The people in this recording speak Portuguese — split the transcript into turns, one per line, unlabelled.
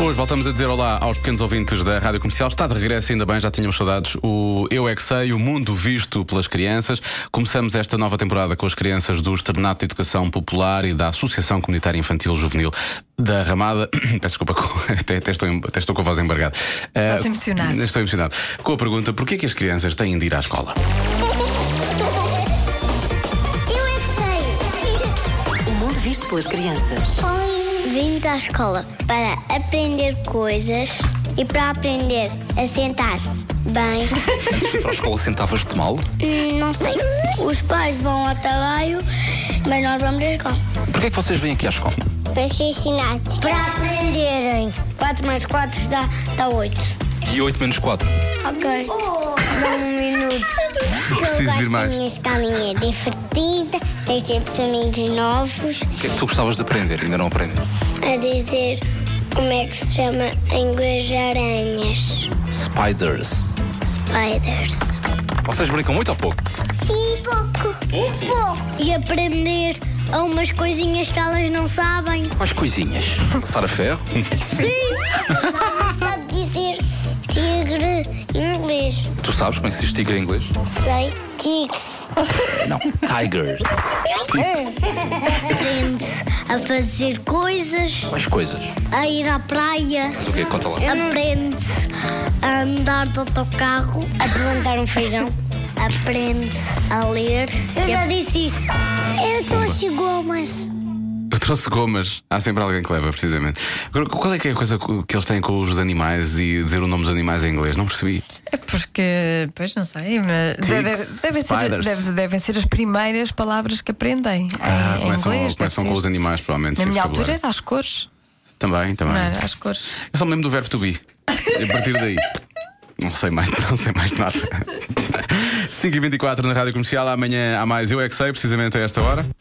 Hoje voltamos a dizer olá aos pequenos ouvintes da Rádio Comercial. Está de regresso, ainda bem, já tínhamos saudades. O Eu É Que Sei, o mundo visto pelas crianças. Começamos esta nova temporada com as crianças do Externato de Educação Popular e da Associação Comunitária Infantil Juvenil da Ramada. Peço desculpa, com- até, até estou, em- até estou com a voz embargada. Ah,
Estás emocionado.
Estou emocionado. Com a pergunta, porquê que as crianças têm de ir à escola?
Eu é que
O mundo visto pelas crianças.
sei. Vimos à escola para aprender coisas e para aprender a sentar-se bem.
Para a escola sentavas-te mal?
Hum, Não sei. Os pais vão ao trabalho, mas nós vamos à escola.
Porquê é que vocês vêm aqui à escola?
Para se ensinar Para aprenderem. 4 mais 4 dá, dá 8.
E 8 menos 4?
Ok. Dá um minuto.
Preciso
Eu
de
gosto
mais.
da minha escolinha é divertida, tem sempre amigos novos.
O que é que tu gostavas de aprender? Ainda não aprendes?
a dizer como é que se chama em inglês aranhas.
Spiders.
Spiders.
Vocês brincam muito ou pouco?
Sim, pouco. Pouco? Pouco. E aprender a umas coisinhas que elas não sabem.
Quais coisinhas? Sara Ferro?
Sabe dizer tigre em inglês.
Tu sabes como é que se diz tigre em inglês?
Sei. Tigres.
Não. Tiger.
Aprende a fazer coisas,
Quais coisas?
a ir à praia.
Mas o quê? Conta lá.
Aprende a andar de autocarro, a plantar um feijão. Aprende a ler. Eu já disse isso. Eu trouxe gomas.
Eu trouxe gomas. Há sempre alguém que leva, precisamente. Agora, Qual é que é a coisa que eles têm com os animais e dizer o nome dos animais em inglês? Não percebi.
É porque, pois não sei, mas
Ticks,
deve- devem, ser,
spiders.
deve- devem ser as primeiras palavras que aprendem em-
Ah,
em
começam,
inglês. deve
começam
ser.
com os Ah, animais, provavelmente.
Na
sim,
minha altura
vocabulário.
era às cores.
Também, também.
Não era às cores.
Eu só me lembro do verbo to be. A partir daí. Não sei mais, não sei mais nada. 5h24 na Rádio Comercial, amanhã há mais Eu É Que Sei, precisamente a esta hora.